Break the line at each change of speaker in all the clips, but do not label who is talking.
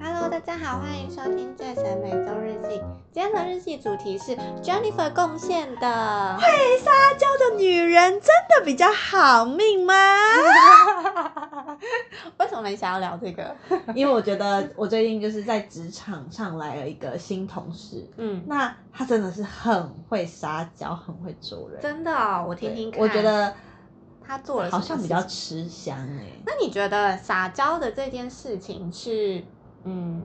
Hello，大家好，欢迎收听最神每周日记。今天的日记主题是 Jennifer 贡献的。
被撒娇的女人真的比较好命吗？
为什么你想要聊这个？
因为我觉得我最近就是在职场上来了一个新同事，
嗯，
那他真的是很会撒娇，很会做人。
真的哦、我
对
听听看。
我觉得
他做了什
好
么
像比较
事情
吃香哎、
那你觉得撒娇的这件事情是，嗯，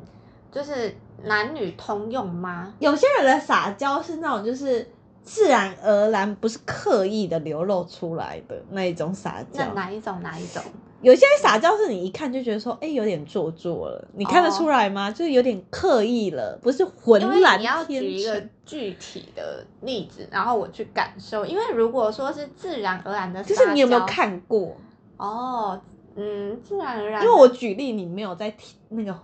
就是男女通用吗？
有些人的撒娇是那种就是自然而然，不是刻意的流露出来的那一种撒
那
娇。
哪一种哪一种？
有些撒娇是你一看就觉得说，哎、有点做作了，你看得出来吗？就是有点刻意了，不是浑
哦因为
然
你要
天
举一
成
个具体的例子，然后我去感受。因为如果说是自然而然的，
就是你有没有？看过？
哦，嗯，自然而然
因
的，
为我举例，你没有在听那个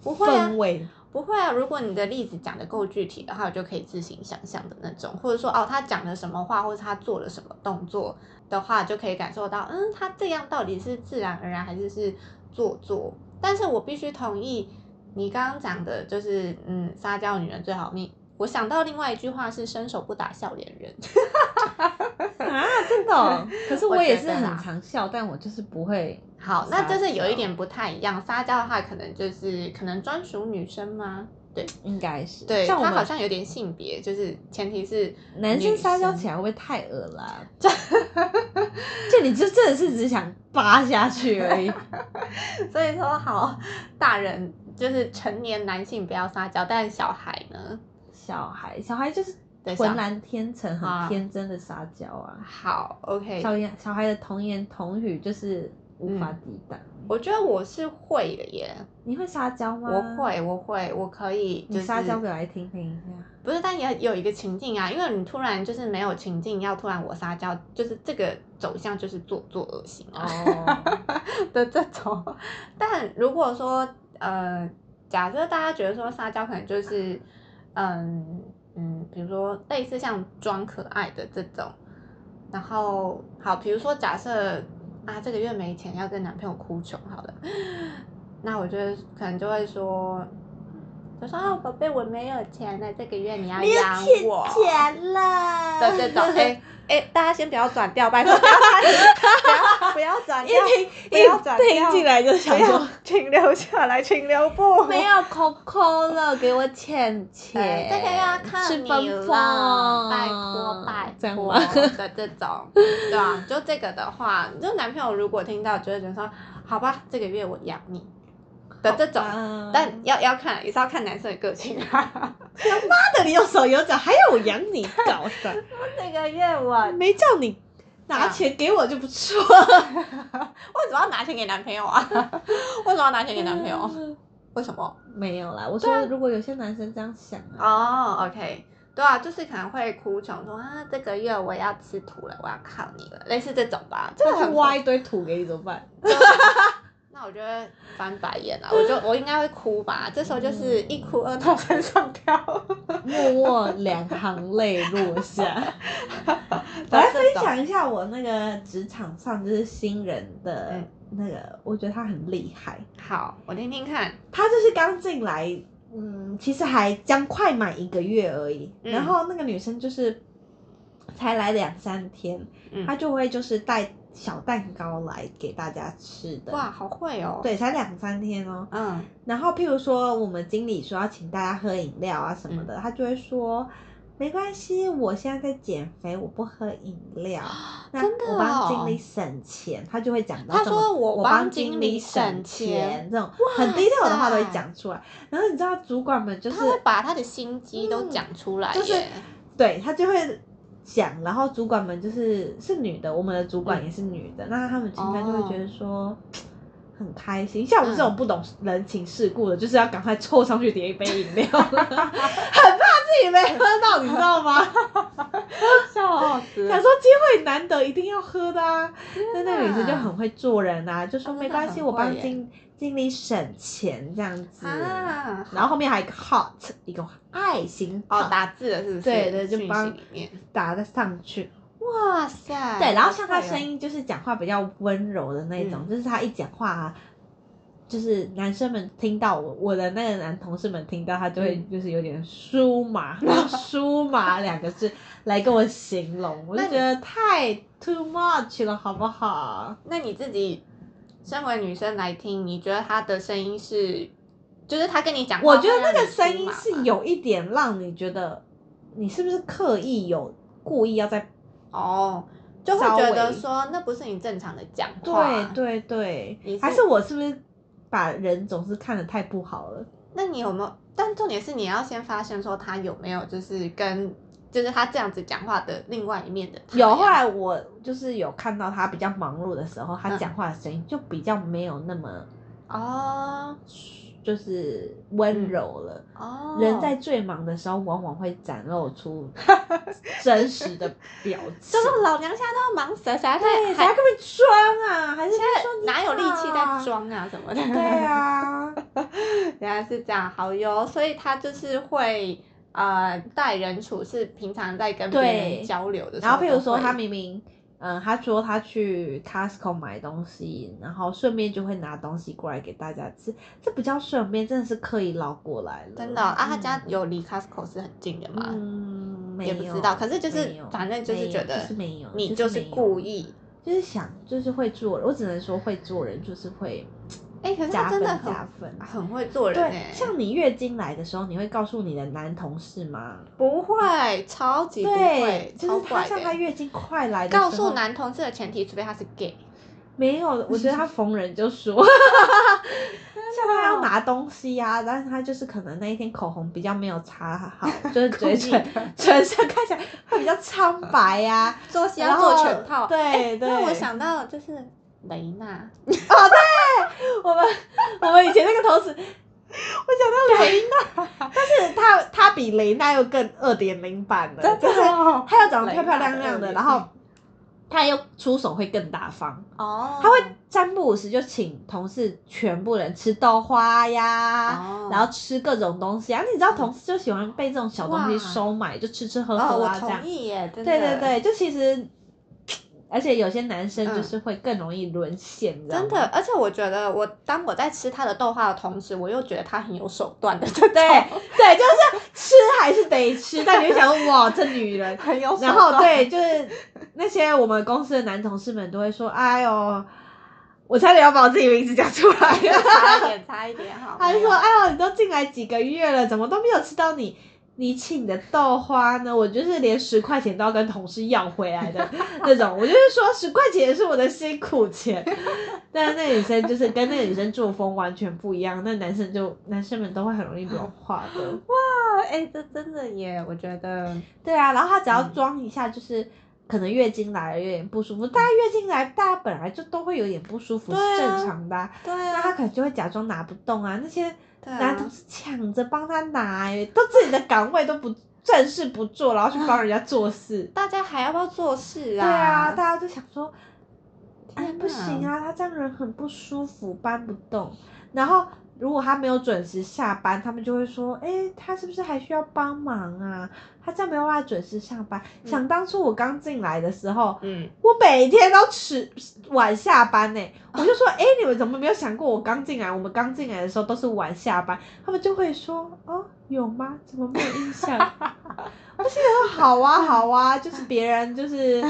不会啊
氛，围，
不会啊。如果你的例子讲的够具体的话，我就可以自行想象的那种，或者说哦，他讲了什么话，或者他做了什么动作的话，就可以感受到，嗯，他这样到底是自然而然还是是做作？但是我必须同意你刚刚讲的，就是嗯，撒娇女人最好命。我想到另外一句话是“伸手不打笑脸人
啊，真的哦、可是
我
我也
觉
是
得啦
很常笑，但我就是不会”。。
好，那
撒
就是有一
娇
点不太一样。撒娇的话，可能就是可能专属女生吗？
应该是
对，
像我
它好
们
像有点性别，就是前提是
男生
女
撒娇起来会不会太恶啦？ 就你就真的是只想扒下去而 已。
所以说好，大人就是成年男性不要撒娇，但小孩呢？
小孩，小孩就是
对小
浑然天成，
啊
很天真的撒娇啊。
好，OK，
小言小孩的童言童语就是无法抵挡。
我觉得我是会的耶，
你会撒娇吗？
我，会，我会，我可以，就
你
是
撒娇给我来听听一下。
不是，但也有一个情境啊，因为你突然就是没有情境，要突然我撒娇，就是这个走向就是做做恶心啊。
哦，
的这种。但如果说呃，假设大家觉得说撒娇可能就是嗯嗯，比如说类似像装可爱的这种，然后好，比如说假设啊这个月没钱要跟男朋友哭穷好了， 那我觉得可能就会说。就说啊，宝贝，我没有钱了，这个月你要养我。
钱了
的 这种，哎、哎、大家先不要转掉，拜 托，不要不要不要转
一
掉。
听
不
一
要转
听进来就
不
想
要
说，
请留下来，请留步。
没有 Coco 了，给我钱
哎，
钱，
这个要看
吃
你
奔
了，
放，
拜托拜
这样
托
吗？
的这种，对啊，就这个的话，就男朋友如果听到，就会觉得说，好吧，这个月我养你的这种，
啊
但要要看，也是要看男生的个性啊。
妈的，你有手有脚，还要我养你搞啥？
这个月我
没叫你拿
啊
钱给我就不错。
为什么要拿钱给男朋友啊？ 为什么要拿钱给男朋友？为什么？
没有啦，我说如果有些男生这样想啊，
哦，OK、o k 对啊，就是可能会哭穷说啊，这个月我要吃土了，我要靠你了，类似这种吧，这
真
个
的
很
挖一堆土给你怎么办？
那我就会翻白眼啊，我就我应该会哭吧，这时候就是一哭二闹三上吊。
默默两行泪落下。 嗯我
然
来
后
分
这种
享一下我那个职场上就是新人的
嗯
那个，我觉得他很厉害。
好，我听听看。
他就是刚进来，嗯，其实还将快满一个月而已。
嗯
然后那个女生就是才来两三天，
嗯
她就会就是带小蛋糕来给大家吃的。
哇，好会哦。，
对，才两三天哦。
嗯
然后譬如说我们经理说要请大家喝饮料啊什么
嗯
的，他就会说。没关系，我现在在减肥，我不喝饮 料。那
真的
我帮
哦
经理省钱，他就会讲到
他
这么
说我
我
帮
帮
经
经
理
理
省
省
钱
钱，这种
哇
很低调的话都会
塞
讲出来。然后你知道主管们就是
他会把他的心机都讲出来耶。
嗯就是 对他就会讲，然后主管们就是是女的，我们的主管也是女的，那他们应该就会觉得说。很开心，像我们这种不懂人情世故的，就是要赶快凑上去点一杯饮 料，很怕自己没喝到，你知道 吗？
笑死
想说机会难得，一定要喝的啊。那那个女生就很会做人啊，就说
她真的
没关系，
很
我帮
会耶
经尽力省钱这样子。
啊，
然后后面还有一个 hot，一个爱心
哦，
棒
打字的是不是？
对对就
讯息
帮
里面。
打在上去。
哇塞！
对，然后像他声
音。
音就是讲话比较温柔的那种，
啊嗯
就是他一讲话、啊，就是男生们听到我我的那个男同事们听到他就会
嗯
就是有点酥麻， 用酥麻两个字来跟我形容，我就
那你
觉得太 too much 了，好不好？
啊那你自己身为女生来听，你觉得她的声音是，就是她跟你讲话
我
会
觉得
让你酥麻吗，
那个声音是有一点让你觉得你是不是刻意有故意要在
哦，就会
稍
觉得
微
说那不是你正常的讲话。
对。对对，
你是
还是我是不是把人总是看得太不好了？
那你有没有？但重点是你要先发现说她有没有就是跟就是她这样子讲话的另外一面的她呀
有，后来我就是有看到他比较忙碌的时候，他
嗯
讲话的声音就比较没有那么
哦
就是温柔了。
哦，
人在最忙的时候，往往会展露 出真实的表情
就。是老娘现在都要忙死了，谁还
对，
在
谁还
还
跟你装啊？还是说
哪有力气在？装啊什么的？
对啊，
原来是这样，好哟。所以他就是会呃待人处事，平常在跟别人
对
交流的时
然
候
后
都会，
譬如说他明明。嗯，他说他去 Costco 买东西，然后顺便就会拿东西过来给大家吃，这不叫顺便，真的是刻意捞过来了。
真的哦、啊，他家
嗯
有离 Costco 是很近的嘛，
嗯，没
也
有，
不知道。可是就是
没有
反正就是
没有
觉得
就是没有，
你
就是没有
故，意。
就是想就是会做人，我只能说会做人就是会
哎、可是
加
他
分
真的很
加分。
很会做人哎、
对，像你月经来的时候，你会告诉你的男同事吗？
不会，超级不
对
会，，
就
超
是他
怪的
像他
欸。
月经快来的时候，
告诉男同事的前提，除非他是 gay，
没有，我觉得他逢人就说， 像他要拿东西呀、但是他就是可能那一天口红比较没有擦好，就是嘴唇
故意的
唇上看起来会比较苍白呀、
做戏
然
要
后
做全套。
对
哎
对
那我想到就是雷娜，
我们我们以前那个 同事，我想到雷娜， 但是她她比雷娜又更二点零版了， 就是
哦
她又长得漂漂亮亮
雷娜的2.0
的，然后她又出手会更大方，
哦，
她会三不五时就请同事全部人吃豆花呀。
哦嗯
然后吃各种东西啊，你知道同事就喜欢被这种小东西
哇
收买，就吃吃喝
哦，
喝
我
啊这样
同。意耶，真的。
对对，对，就其实，而且有些男生就
嗯
是会更容易沦陷，你知道
真
吗
的，而且我觉得我当我在吃他的豆花的同时，我又觉得他很有手段的这种，
对对，就是吃还是得吃，但你就想说哇，这女人。
很有手
然
段。
后对，就是那些我们公司的男同事们都会说，哎呦，我差点要把我自己名字讲出 来
差一点，差一点， 好。
他就
没有
说，哎呦，你都进来几个月了，怎么都没有吃到你你请的豆花呢？我就是连十块钱都要跟同事要回来的 那种。我就是说，十块钱也是我的辛苦钱。 但是那女生就是跟那女生作风完全不一样，那男生就男生们都会很容易融化的。
啊哎、这真的耶，我觉得
对啊，然后他只要
嗯
装一下，就是、可能月经来了有点不舒服。大家月经来，大家本来就都会有点不舒服，
对啊
是正常的啊、
对
那他
啊，
可能就会假装拿不动啊。那些
对
男同
啊，。
事抢着帮他拿、欸，都自己的岗位都不正事不做，然后去帮人家做事
啊大家还要不要做事
对
啊？
啊，大家都想说，哎，
天
不
哪
行啊，他这样人很不舒服，搬不动。然后如果他没有准时下班，他们就会说，哎、他是不是还需要帮忙啊？他这样没有办法准时上班。
嗯
想当初我刚进来的时候，
嗯，
我每天都迟晚下班呢、我就说，哎、你们怎么没有想过我刚进来？我们刚进来的时候都是晚下班，他们就会说，哦，有吗？怎么没有印 象？我就心里说，好啊，好啊，就是别人就是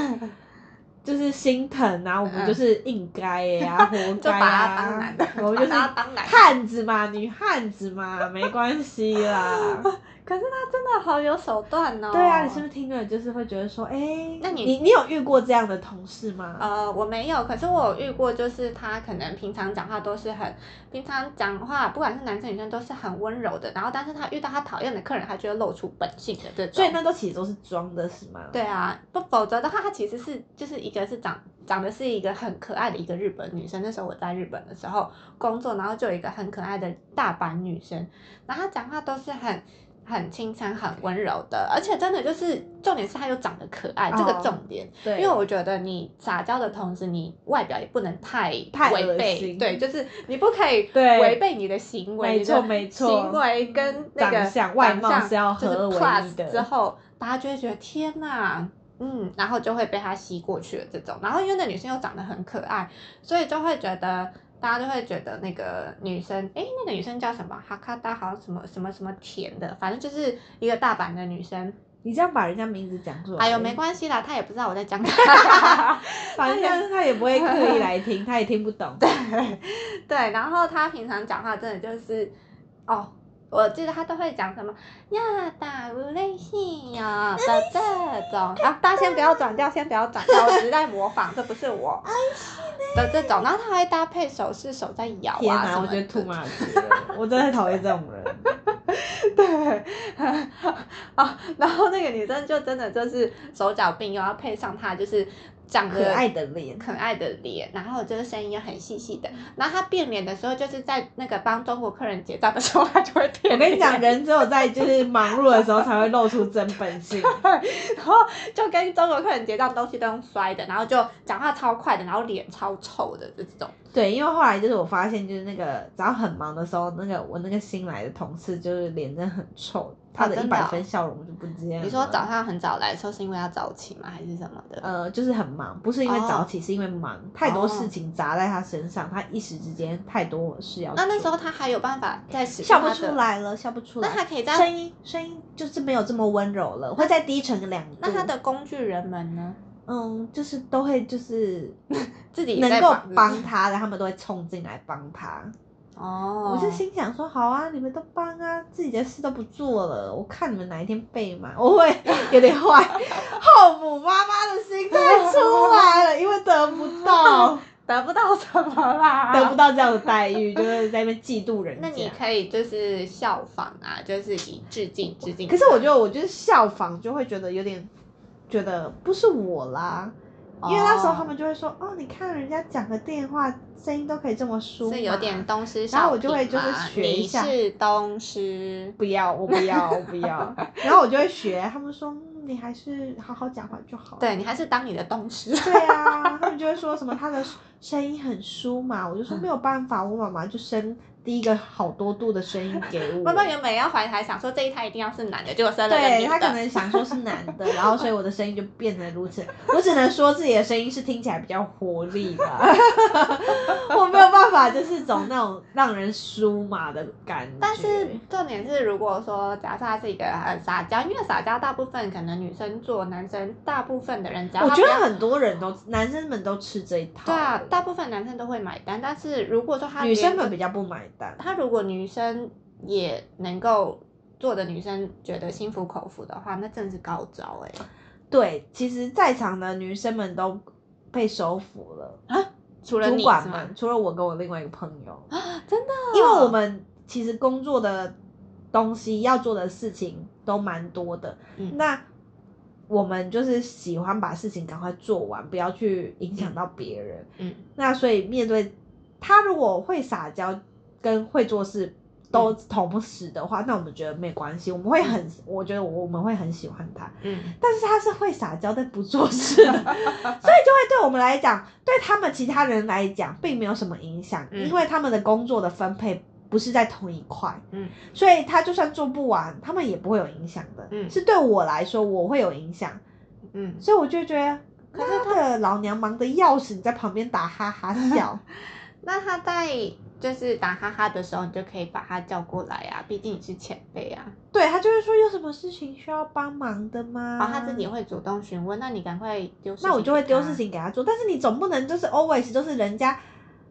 就是心疼啊，我们就是应该呀、啊，活
嗯 就
该
把他当
啊
男 的，，
我们就
把他
是
当男的。
汉子嘛，女汉子 嘛，没关系啦。
可是他真的好有手段哦。
对啊，你是不是听了就是会觉得说，哎、
那你
你你有遇过这样的同事吗？
呃，我没有，可是我有遇过，就是他可能平常讲话都是很，平常讲话不管是男生女生都是很温柔的，然后但是他遇到他讨厌的客人，他就会露出本性的这种。
所以那都其实都是装的，是吗？
对啊，不否则的话，他其实是就是一个是长长得是一个很可爱的一个日本女生。那时候我在日本的时候工作，然后就有一个很可爱的大阪女生，然后她讲话都是很很清香、很温柔的，而且真的就是重点是他又长得可爱，这个
哦
重点。因
对，
为我觉得你撒娇的同时，你外表也不能太
太
违
恶
背，
心
对，就是你不可以
对
违背你的行为，你
没
的
错没错
行为跟那个
长相外貌
长相
是要
就是
合为一
plus
的
之后，大家就会觉得天哪，嗯，然后就会被他吸过去了这种。然后因为那女生又长得很可爱，所以就会觉得。大家就会觉得那个女生，诶，那个女生叫什么？哈卡达好像什么什么什么甜的，反正就是一个大阪的女生。
你这样把人家名字讲出来，
哎呦，没关系啦，她也不知道我在讲她。
反正他也不会刻意来听，他也听不懂。
对，然后他平常讲话真的就是，哦，我记得他都会讲什么呀打无类戏呀的这种，啊，大家先不要转掉，先不要转掉，我只是在模仿，这不是我的这种。然后他还搭配手势，手在摇
天
啊
哪，
什
我
么
觉得吐
的。
马子了， 我真的很讨厌这种 人。
对， 啊，然后那个女生就真的就是手脚并用，要配上她就是长得
可爱的 脸，
可爱的脸，然后就是声音又很细细的。然后他变脸的时候，就是在那个帮中国客人结账的时候，他就会变
我跟你
脸
讲，，人只有在就是忙碌的时候才会露出真本性。
然后就跟中国客人结账，东西都用摔的，然后就讲话超快的，然后脸超臭的这种。
对，因为后来就是我发现，就是那个只要很忙的时候，那个我那个新来的同事就是脸真的很臭，他啊的一
真的
百
哦
分笑容就不见了。
你说早上很早来的时候是因为要早起吗？还是什么的？
呃，就是很忙，不是因为
哦
早起，是因为忙，太多
哦
事情砸在他身上，他一时之间太多事要做。
那那时候他还有办法再使
笑
用
不
他
出
的，
来了，笑不出
那
来。
他可以在
声音声音就是没有这么温柔了，会再低沉个两度。
那他的工具人们呢？
嗯，就是都会就是
自己
能
在嗯
够
忙
帮他的，他们都会冲进来帮他。
哦，
我就心想说，好啊，你们都帮啊，自己的事都不做了，我看你们哪一天背嘛，我 会有点坏，后母妈妈的心态出来了，因为得不 到，
得不到什么啦，
得不到这样的待遇，就是在那边嫉妒人
啊那你
家。
可以就是效仿啊，就是以致敬致敬。
可是我觉得，我就是效仿，就会觉得有点觉得不是我啦。
哦
因为那时候他们就会说，哦，你看人家讲个电话声音都可以这么舒服，
是有点东施效颦嘛，
然后我就会就是学一下
你是东施，
不要，我不要，我不要。 然后我就会学，他们说、嗯你还是好好讲话就好。
对你还是当你的东施。
对啊，他们就会说什么他的声音很舒嘛，我就说没有办法，我妈妈就生第一个好多度的声音给我。
妈 妈原本要怀胎，想说这一胎一定要是男的，结果生了个
对
女
他可
的。
能想说是男的， 然后所以我的声音就变得如此。我只能说自己的声音是听起来比较活力的， 我没有办法就是走那种让人舒麻的感觉。
但是重点是，如果说假设他是一个很撒娇，因为撒娇大部分可能女生做，男生大部分的人只要
我
他
觉得
不要
很多人都男生们都吃这一套。
对啊，大部分男生都会买单。但是如果说他
女生
连
们比较不买单。
她如果女生也能够做的女生觉得心服口服的话，那真的是高招哎、
对，其实在场的女生们都被收服了，
除了
主
你
管
是吗
们，除了我跟我另外一个朋友，
啊，真的，
因为我们其实工作的东西要做的事情都蛮多的，
嗯
那我们就是喜欢把事情赶快做完，不要去影响到别人。
嗯，
那所以面对他如果会撒娇跟会做事都同时的话，那我们觉得没关系，我们会很，我觉得我们会很喜欢他。
嗯，
但是他是会撒娇但不做 事的，所以就会对我们来讲，对他们其他人来讲，并没有什么影响，
嗯
因为他们的工作的分配不是在同一块，
嗯，
所以他就算做不完，他们也不会有影响的，
嗯
是对我来说我会有影响，
嗯，
所以我就觉得。
可是
妈的，老娘忙得要死，你在旁边打哈哈笑。
那她在就是打哈哈的时候，你就可以把她叫过来啊，毕竟你是前辈啊，
对他就会说有什么事情需要帮忙的吗？
然后哦她自己会主动询问，那你赶快丢事情给她，
嗯那我就会丢事情给他做，但是你总不能就是 always 都是人家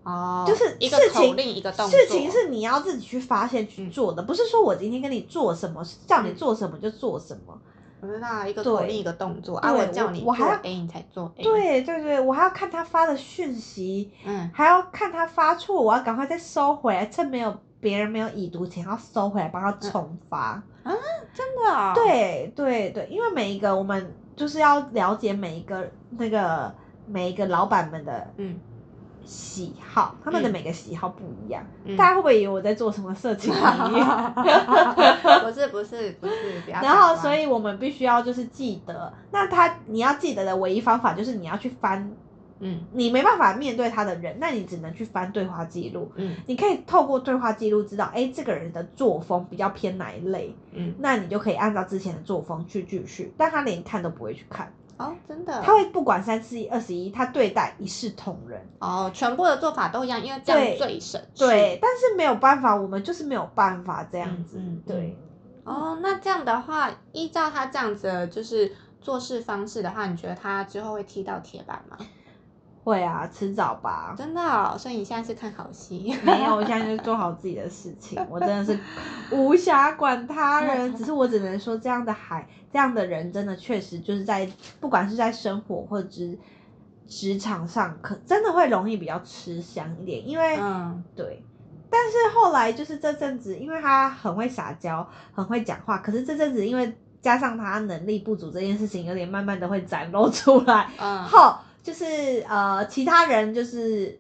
哦，
就是
一个
事
口
情
令一个动作，
事情是你要自己去发现去做的，不是说我今天跟你做什么，是叫你
嗯
做什么就做什么。
我知道啊一个口
对
令一个动作啊，
对
我叫你
我我
做
还要
A 你才做 A，，
对对对，我还要看他发的讯息，
嗯
还要看他发错，我要赶快再收回来，趁没有别人没有已读前要收回来，帮他
嗯
重发。
啊，真的啊、哦，，
对对对，因为每一个我们就是要了解每一个那个每一个老板们的
嗯
喜好，他们的
嗯
每个喜好不一样。
嗯
大家会不会以为我在做什么色情行业？
我 不是不是不是，不要
然后，
讲
所以我们必须要就是记得，那他你要记得的唯一方法就是你要去翻，
嗯
你没办法面对他的人，那你只能去翻对话记录。
嗯
你可以透过对话记录知道，哎，这个人的作风比较偏哪一类，
嗯，
那你就可以按照之前的作风去继续。但他连看都不会去看，
哦，真的，
他会不管三七二十一，他对待一视同仁。
哦，全部的做法都一样，因为这样
对
最省事。
对，但是没有办法，我们就是没有办法这样子。
嗯嗯
对，
哦，那这样的话，依照他这样子的就是做事方式的话，你觉得他之后会踢到铁板吗？
会啊，迟早吧。
真的哦、所以你现在是看好戏。
没有，我现在就是做好自己的事情，我真的是无暇管他人。只是我只能说，这样的海，这样的人，真的确实就是在不管是在生活或职职场上，可真的会容易比较吃香一点，因为、
嗯
对。但是后来就是这阵子，因为他很会撒娇，很会讲话，可是这阵子因为加上他能力不足这件事情，有点慢慢的会展露出来，
嗯，
后就是呃，其他人就是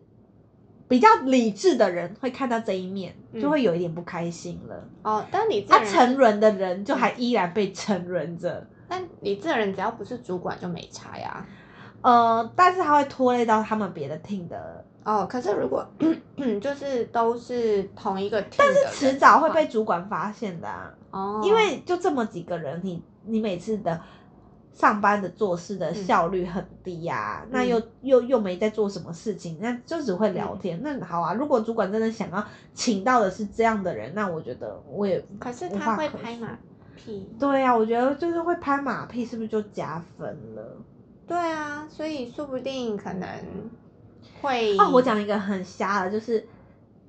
比较理智的人会看到这一面，
嗯
就会有一点不开心了。
哦，但你这
他
人
沉
是，
沦的人就还依然被沉沦着，
但你这人只要不是主管就没差呀、嗯
呃，但是他会拖累到他们别的 team 的，
哦，可是如果 就是都是同一个 team
但
的人的话，
是迟早会被主管发现的啊，
哦，
因为就这么几个人，你你每次的。上班的做事的
嗯
效率很低呀、那
嗯
又又又没在做什么事情，那就只会聊天。那好啊，如果主管真的想要请到的是这样的人，那我觉得我也
可是
无
他
话
会
可
拍
说
马屁，
对啊呀、我觉得就是会拍马屁，是不是就加分了？
对啊，所以说不定可能会
哦，我讲一个很瞎的，就是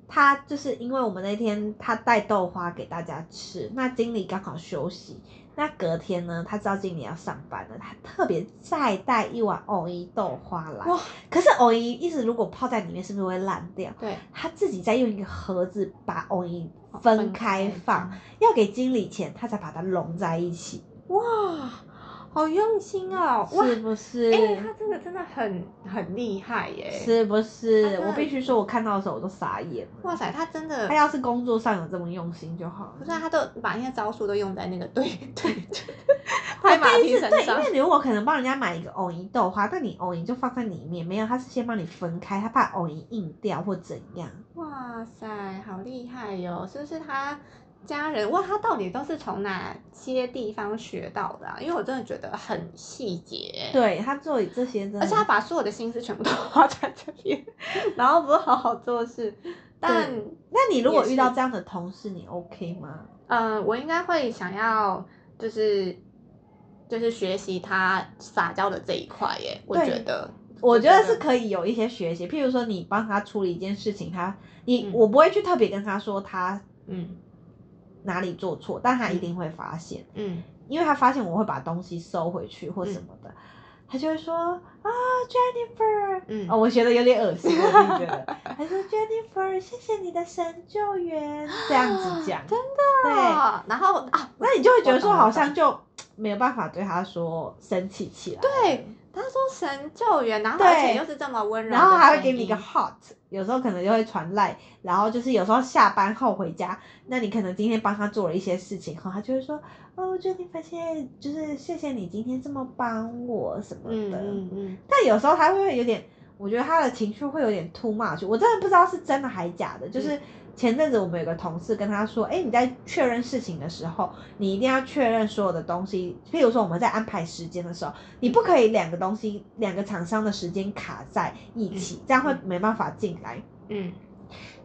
他就是因为我们那天他带豆花给大家吃，那经理刚好休息，那隔天呢，他知道经理要上班了，他特别再带一碗藕衣豆花来。
哇，
可是藕衣一直如果泡在里面，是不是会烂掉？
对哦
他自己再用一个盒子把藕衣哦分开放，，要给经理钱，他才把它拢在一起，
哇，哦好用心哦，哇，
是不是？
哎、他这个真的很很厉害耶，
是不
他
是？
真的
我必须说，我看到的时候我都傻眼了。
哇塞，他真的
他要是工作上有这么用心就好
不
了。
是啊他都把那些招数都用在那个对 对对
我
拍马
第一
屁
次
身
哎对，因
上
为，你如果可能帮人家买一个藕泥豆花，但你藕泥就放在里面，没有，他是先帮你分开，他怕藕泥硬掉或怎样。
哇塞，好厉害哟、是不是他？家人哇，他到底都是从哪些地方学到的、啊？因为我真的觉得很细节。
对他做这些真的，
而且他把所有的心思全部都 花在这边， 然后不好好做事。但
对那你如果
也是
遇到这样的同事，你 OK 吗？
嗯、呃我应该会想要就是就是学习他撒娇的这一块耶，我
对
觉得
我觉得
觉得
是可以有一些学习，譬如说你帮他处理一件事情，他你、
嗯
我不会去特别跟他说他
嗯
哪里做错，但他一
嗯
定会发现。
嗯
因为他发现我会把东西收回去或什么的，他就会说啊，Jennifer，
嗯
哦，我觉得有点恶心，我自己觉得，他说 Jennifer，谢谢你的神救援，这样子讲，真的对，
啊哦然后啊，
那你就会觉得
我懂
说
我
好像就没有办法对他说生气起来，
对，他说神救援，然后
对
而且又是这么温柔的
然
声音，
后还会给你一个 hot，有时候可能就会传赖，然后就是有时候下班后回家，那你可能今天帮他做了一些事情后，他就会说，哦，珍妮发现就是谢谢你今天这么帮我什么
嗯
的。
嗯嗯，
但有时候他会有点，我觉得他的情绪会有点 too much，我真的不知道是真的还假的。就是前阵子我们有个同事跟他说，哎、你在确认事情的时候，你一定要确认所有的东西。譬如说我们在安排时间的时候，你不可以两个东西、两个厂商的时间卡在一起，这样会没办法进来。
嗯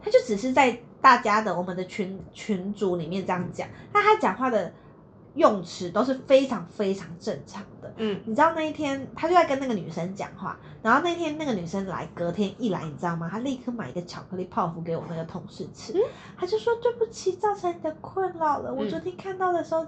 他就只是在大家的我们的群群组里面这样讲，那他讲话的用词都是非常非常正常的。
嗯
你知道那一天他就在跟那个女生讲话，然后那天那个女生来，隔天一来，你知道吗？他立刻买一个巧克力泡芙给我那个同事吃，
嗯
他就说对不起，造成你的困扰了。我
嗯
昨天看到的时候，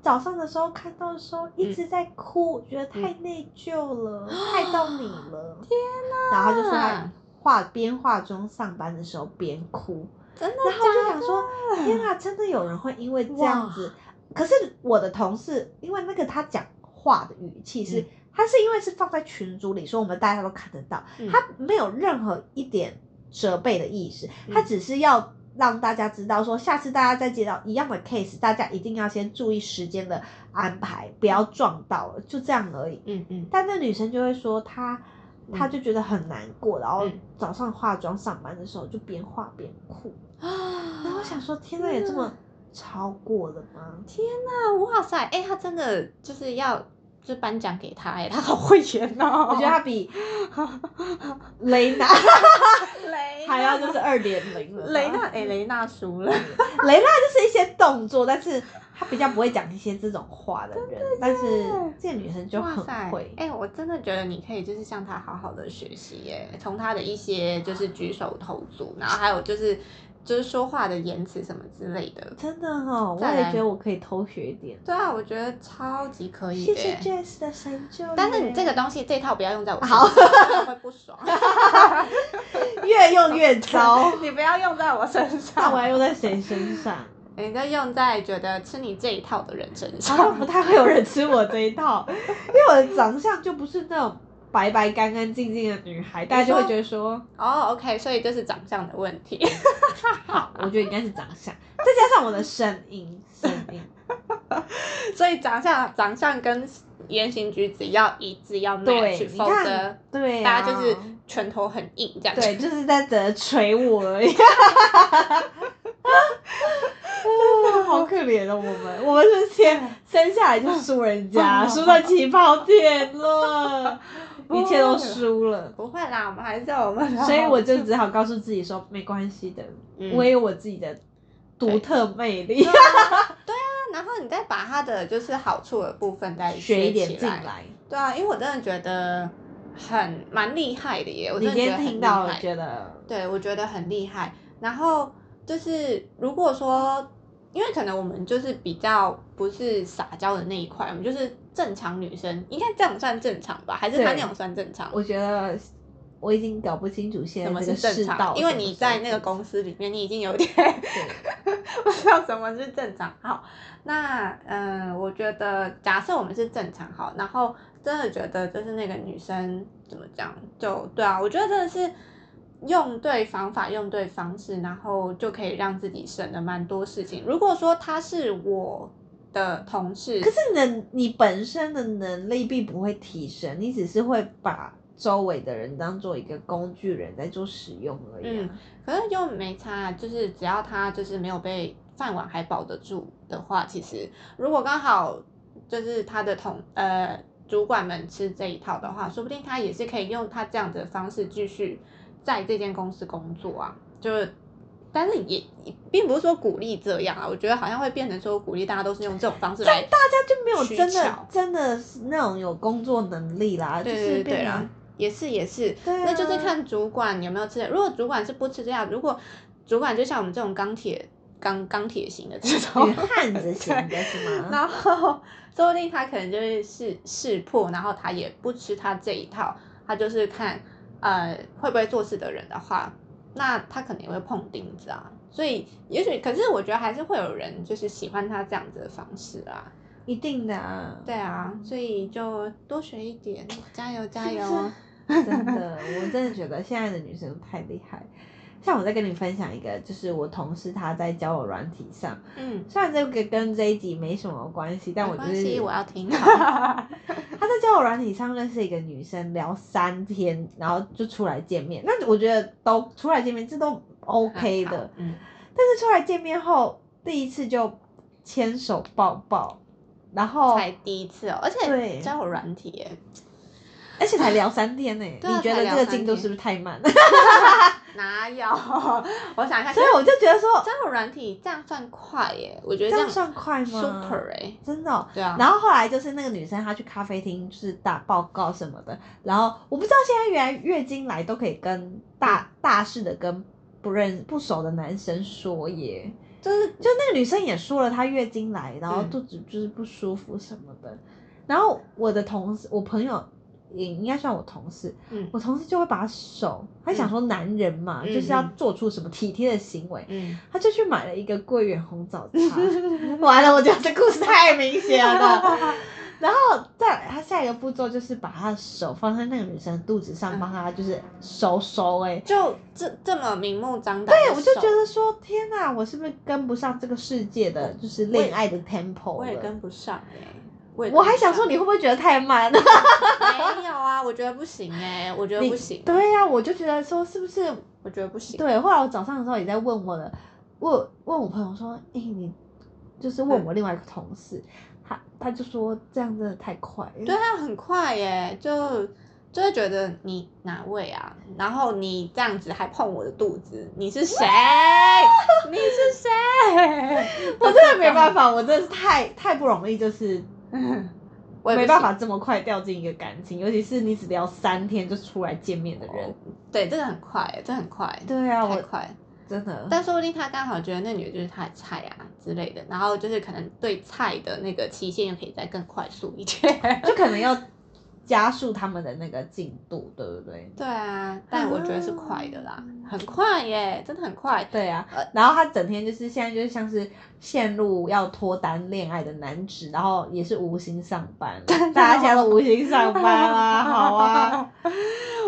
早上的时候看到的时候一直在哭，我觉得太内疚了， 害到你了。天哪！然后他就说他化边化妆上班的时候边哭，
真的
然后我就
假
想
的
说，天哪，真的有人会因为这样子？可是我的同事，因为那个他讲话的语气是，
嗯
他是因为是放在群组里，所以我们大家都看得到，
嗯
他没有任何一点责备的意识，
嗯
他只是要让大家知道说，下次大家再接到一样的 case，大家一定要先注意时间的安排，不要撞到了，就这样而已。
嗯嗯，
但那女生就会说她，
嗯
她就觉得很难过，然后
嗯
早上化妆上班的时候就边化边哭。
啊
然后我想说，天哪，有这
天
么
哪
超过了吗？
啊，哇塞，哎、他真的就是要就颁奖给他、哎，他好会演 哦。
我觉得她比雷娜
雷
还要就是二点零了吧。
雷娜，哎、雷娜输了。
雷娜就是一些动作，但是她比较不会讲一些这种话的人，但是这个女生就
哇
很
塞，
会。
哎、我真的觉得你可以就是向他好好的学习耶，从他的一些就是举手投足，然后还有就是就是说话的言辞什么之类的。
真的哦，我
再
也
来
觉得我可以偷学一点。
对啊，我觉得超级可以
谢
的
谢
耶。
Jess 的神救耶。
但是你这个东西这套不要用在我身上，
好
真的会不 爽。，
越用越糟
你不要用在我身
那
上，
我要用在谁身上？
你就用在觉得吃你这一套的人 身
好像
上
不。太会有人吃我这一套，因为我的长相就不是那种白白干干净净的女孩，大家就会觉得说，
哦、o k 所以就是长相的问题。
好，啊我觉得应该是长相，再加上我的声音，声 音。
所以长相、长相跟言行举止要一致，要
对
match，
你
否
看
则
对
大
啊
家就是拳头很硬这样。
对，，就是在等着捶我而已。 啊好可怜的我们，我们是 先生下来就输人家，输到起跑点 了，一切都输了，
不会啦，我们还是有我们的好。哦
所以我就只好告诉自己说，没关系的，
嗯
我也有我自己的独特魅力，
那然后你再把它的就是好处的部分再
学一点
起
进
来。
来。
对啊，因为我真的觉得很蛮厉害的耶，我
你
真
今
的觉得
天
很
听
厉
到了，
害。
觉得
对，我觉得很厉害。然后就是如果说，因为可能我们就是比较不是撒娇的那一块，我们就是正常女生，应该这样算正常吧？还是她
对
那种算正常？
我觉得我已经搞不清楚现
什么
在这
是
个
正
世道
常？
怎么说，
因为你在那个公司里面，你已经有点 不知道什么是正常。好，那嗯、呃我觉得假设我们是正常好，然后真的觉得就是那个女生怎么讲，就对啊，我觉得真的是用对方法、用对方式，然后就可以让自己省了蛮多事情。如果说她是我的同事，
可是你的你本身的能力并不会提升，你只是会把周围的人当做一个工具人在做使用而已、啊。
可是又没差，啊就是只要他就是没有被饭碗还保得住的话，其实如果刚好就是他的同呃主管们吃这一套的话，说不定他也是可以用他这样的方式继续在这间公司工作啊，就是。但是也也并不是说鼓励这样啊，我觉得好像会变成说鼓励大家都是用这种方式来，
大家就没有
取
真的
巧
真的是那种有工作能力啦，
对
就是
对对
变
啦
成，
也是也是，
对啊
那就是看主管有没有吃的。如果主管是不吃这样，如果主管就像我们这种钢铁钢钢铁型的这种
女，汉子型的是吗？
然后说不定他可能就是识识破，然后他也不吃他这一套，他就是看呃会不会做事的人的话，那他可能也会碰钉子啊。所以也许，可是我觉得还是会有人就是喜欢他这样子的方式啊。
一定的啊，
对啊，所以就多学一点，加油加
是不
油！哦
是真的，我真的觉得现在的女生太厉害。像我在跟你分享一个，就是我同事她在交友软体上，
嗯，
虽然这个跟这一集没什么关系，但我
没
就
关
是
系，我要听。
他在交友软体上认识一个女生，聊三天，然后就出来见面。那我觉得都出来见面，这都 OK 的。
嗯，
但是出来见面后，第一次就牵手抱抱，然后
才第一次哦，而
对
且交友软体耶，
而且才聊三天呢、
对啊
你觉得这个进
才
度
聊三天
是不是太慢？
哪有？ 我想一下，
所以我就觉得说，
交友软体这样算快耶，我觉得
这
这
样
样
算快吗
super 哎，
真的哦、
对啊，
然后后来就是那个女生，她去咖啡厅就是打报告什么的，然后我不知道现在原来月经来都可以跟
嗯
大大事的跟不认不熟的男生说耶，
就是
就那个女生也说了她月经来，然后
嗯
肚子就是不舒服什么的，然后我的同事，我朋友也应该算我同事，
嗯
我同事就会把手，他想说男人嘛，
嗯
就是要
嗯
做出什么体贴的行为，
嗯，
他就 去买了一个桂圆红枣茶，完了，我觉得这故事太明显了。然后再他下一个步骤就是把他的手放在那个女生的肚子上，
嗯
帮她就是收收哎、
就这这么明目张胆的手。
对，我就觉得说，天哪，我是不是跟不上这个世界的，就是
我也
恋爱的 tempo
我也
了
跟不上哎、我也跟
我
不
还
上
想说，你会不会觉得太慢 了？
没有啊，我觉得不行哎、我觉得
你
不行，
对呀、我就觉得说，是不是？
我觉得不行。
对，后来我早上的时候也在问我的，问问我朋友说，哎、你就是问
嗯
我另外一个同事，他他就说这样真的太快了。
对啊，很快耶、就就会觉得你哪位啊？然后你这样子还碰我的肚子，你是谁？你是谁？
我真的没办法，我真的是太太不容易，就是
我也不
没办
行
法这么快掉进一个感情，尤其是你只聊三天就出来见面的人。
哦对，这个很快耶、这很快，
对啊，
太
我
快。
真的。
但说不定他刚好觉得那女的就是他的菜啊之类的，然后就是可能对菜的那个期限又可以再更快速一点。
就可能要加速他们的那个进度，对不对？
对啊，但我觉得是快的啦，很快耶，真的很快。
对啊
呃，
然后他整天就是现在就是像是陷入要脱单恋爱的男子，然后也是无心上班，大家现在都无心上 班啦，好啊，，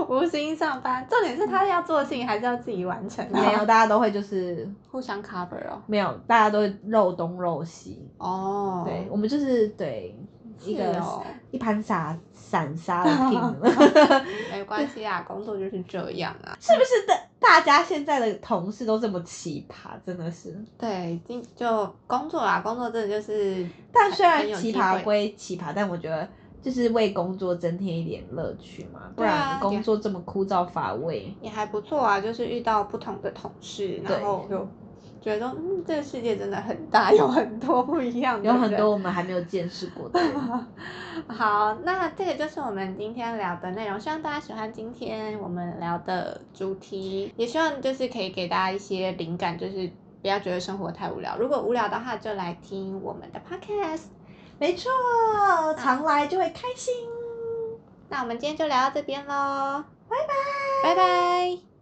无心上班，重点是他要做的事情还是要自己完成、啊
没有，，大家都会就是
互相 cover 哦。
没有，大家都会肉东肉西，
哦，
对，我们就是对
是
一个、
哦，
一盘散散沙的拼了，
没关系啊，工作就是这样啊。
是不是的？大家现在的同事都这么奇葩，真的是。
对，就就工作啊，工作真的就是，
但虽然
很有
奇
机
葩
会
归奇葩，但我觉得就是为工作增添一点乐趣嘛，不
对啊
然工作这么枯燥乏味。
也还不错啊，就是遇到不同的同事，
对
然后就觉得说，嗯，这个世界真的很大，有很多不一样的
有
人，
很多我们还没有见识过的人，
好，那这个就是我们今天聊的内容，希望大家喜欢今天我们聊的主题，也希望就是可以给大家一些灵感，就是不要觉得生活太无聊，如果无聊的话，就来听我们的 podcast。
没错，常来就会开心。
那我们今天就聊到这边喽，拜拜，拜拜。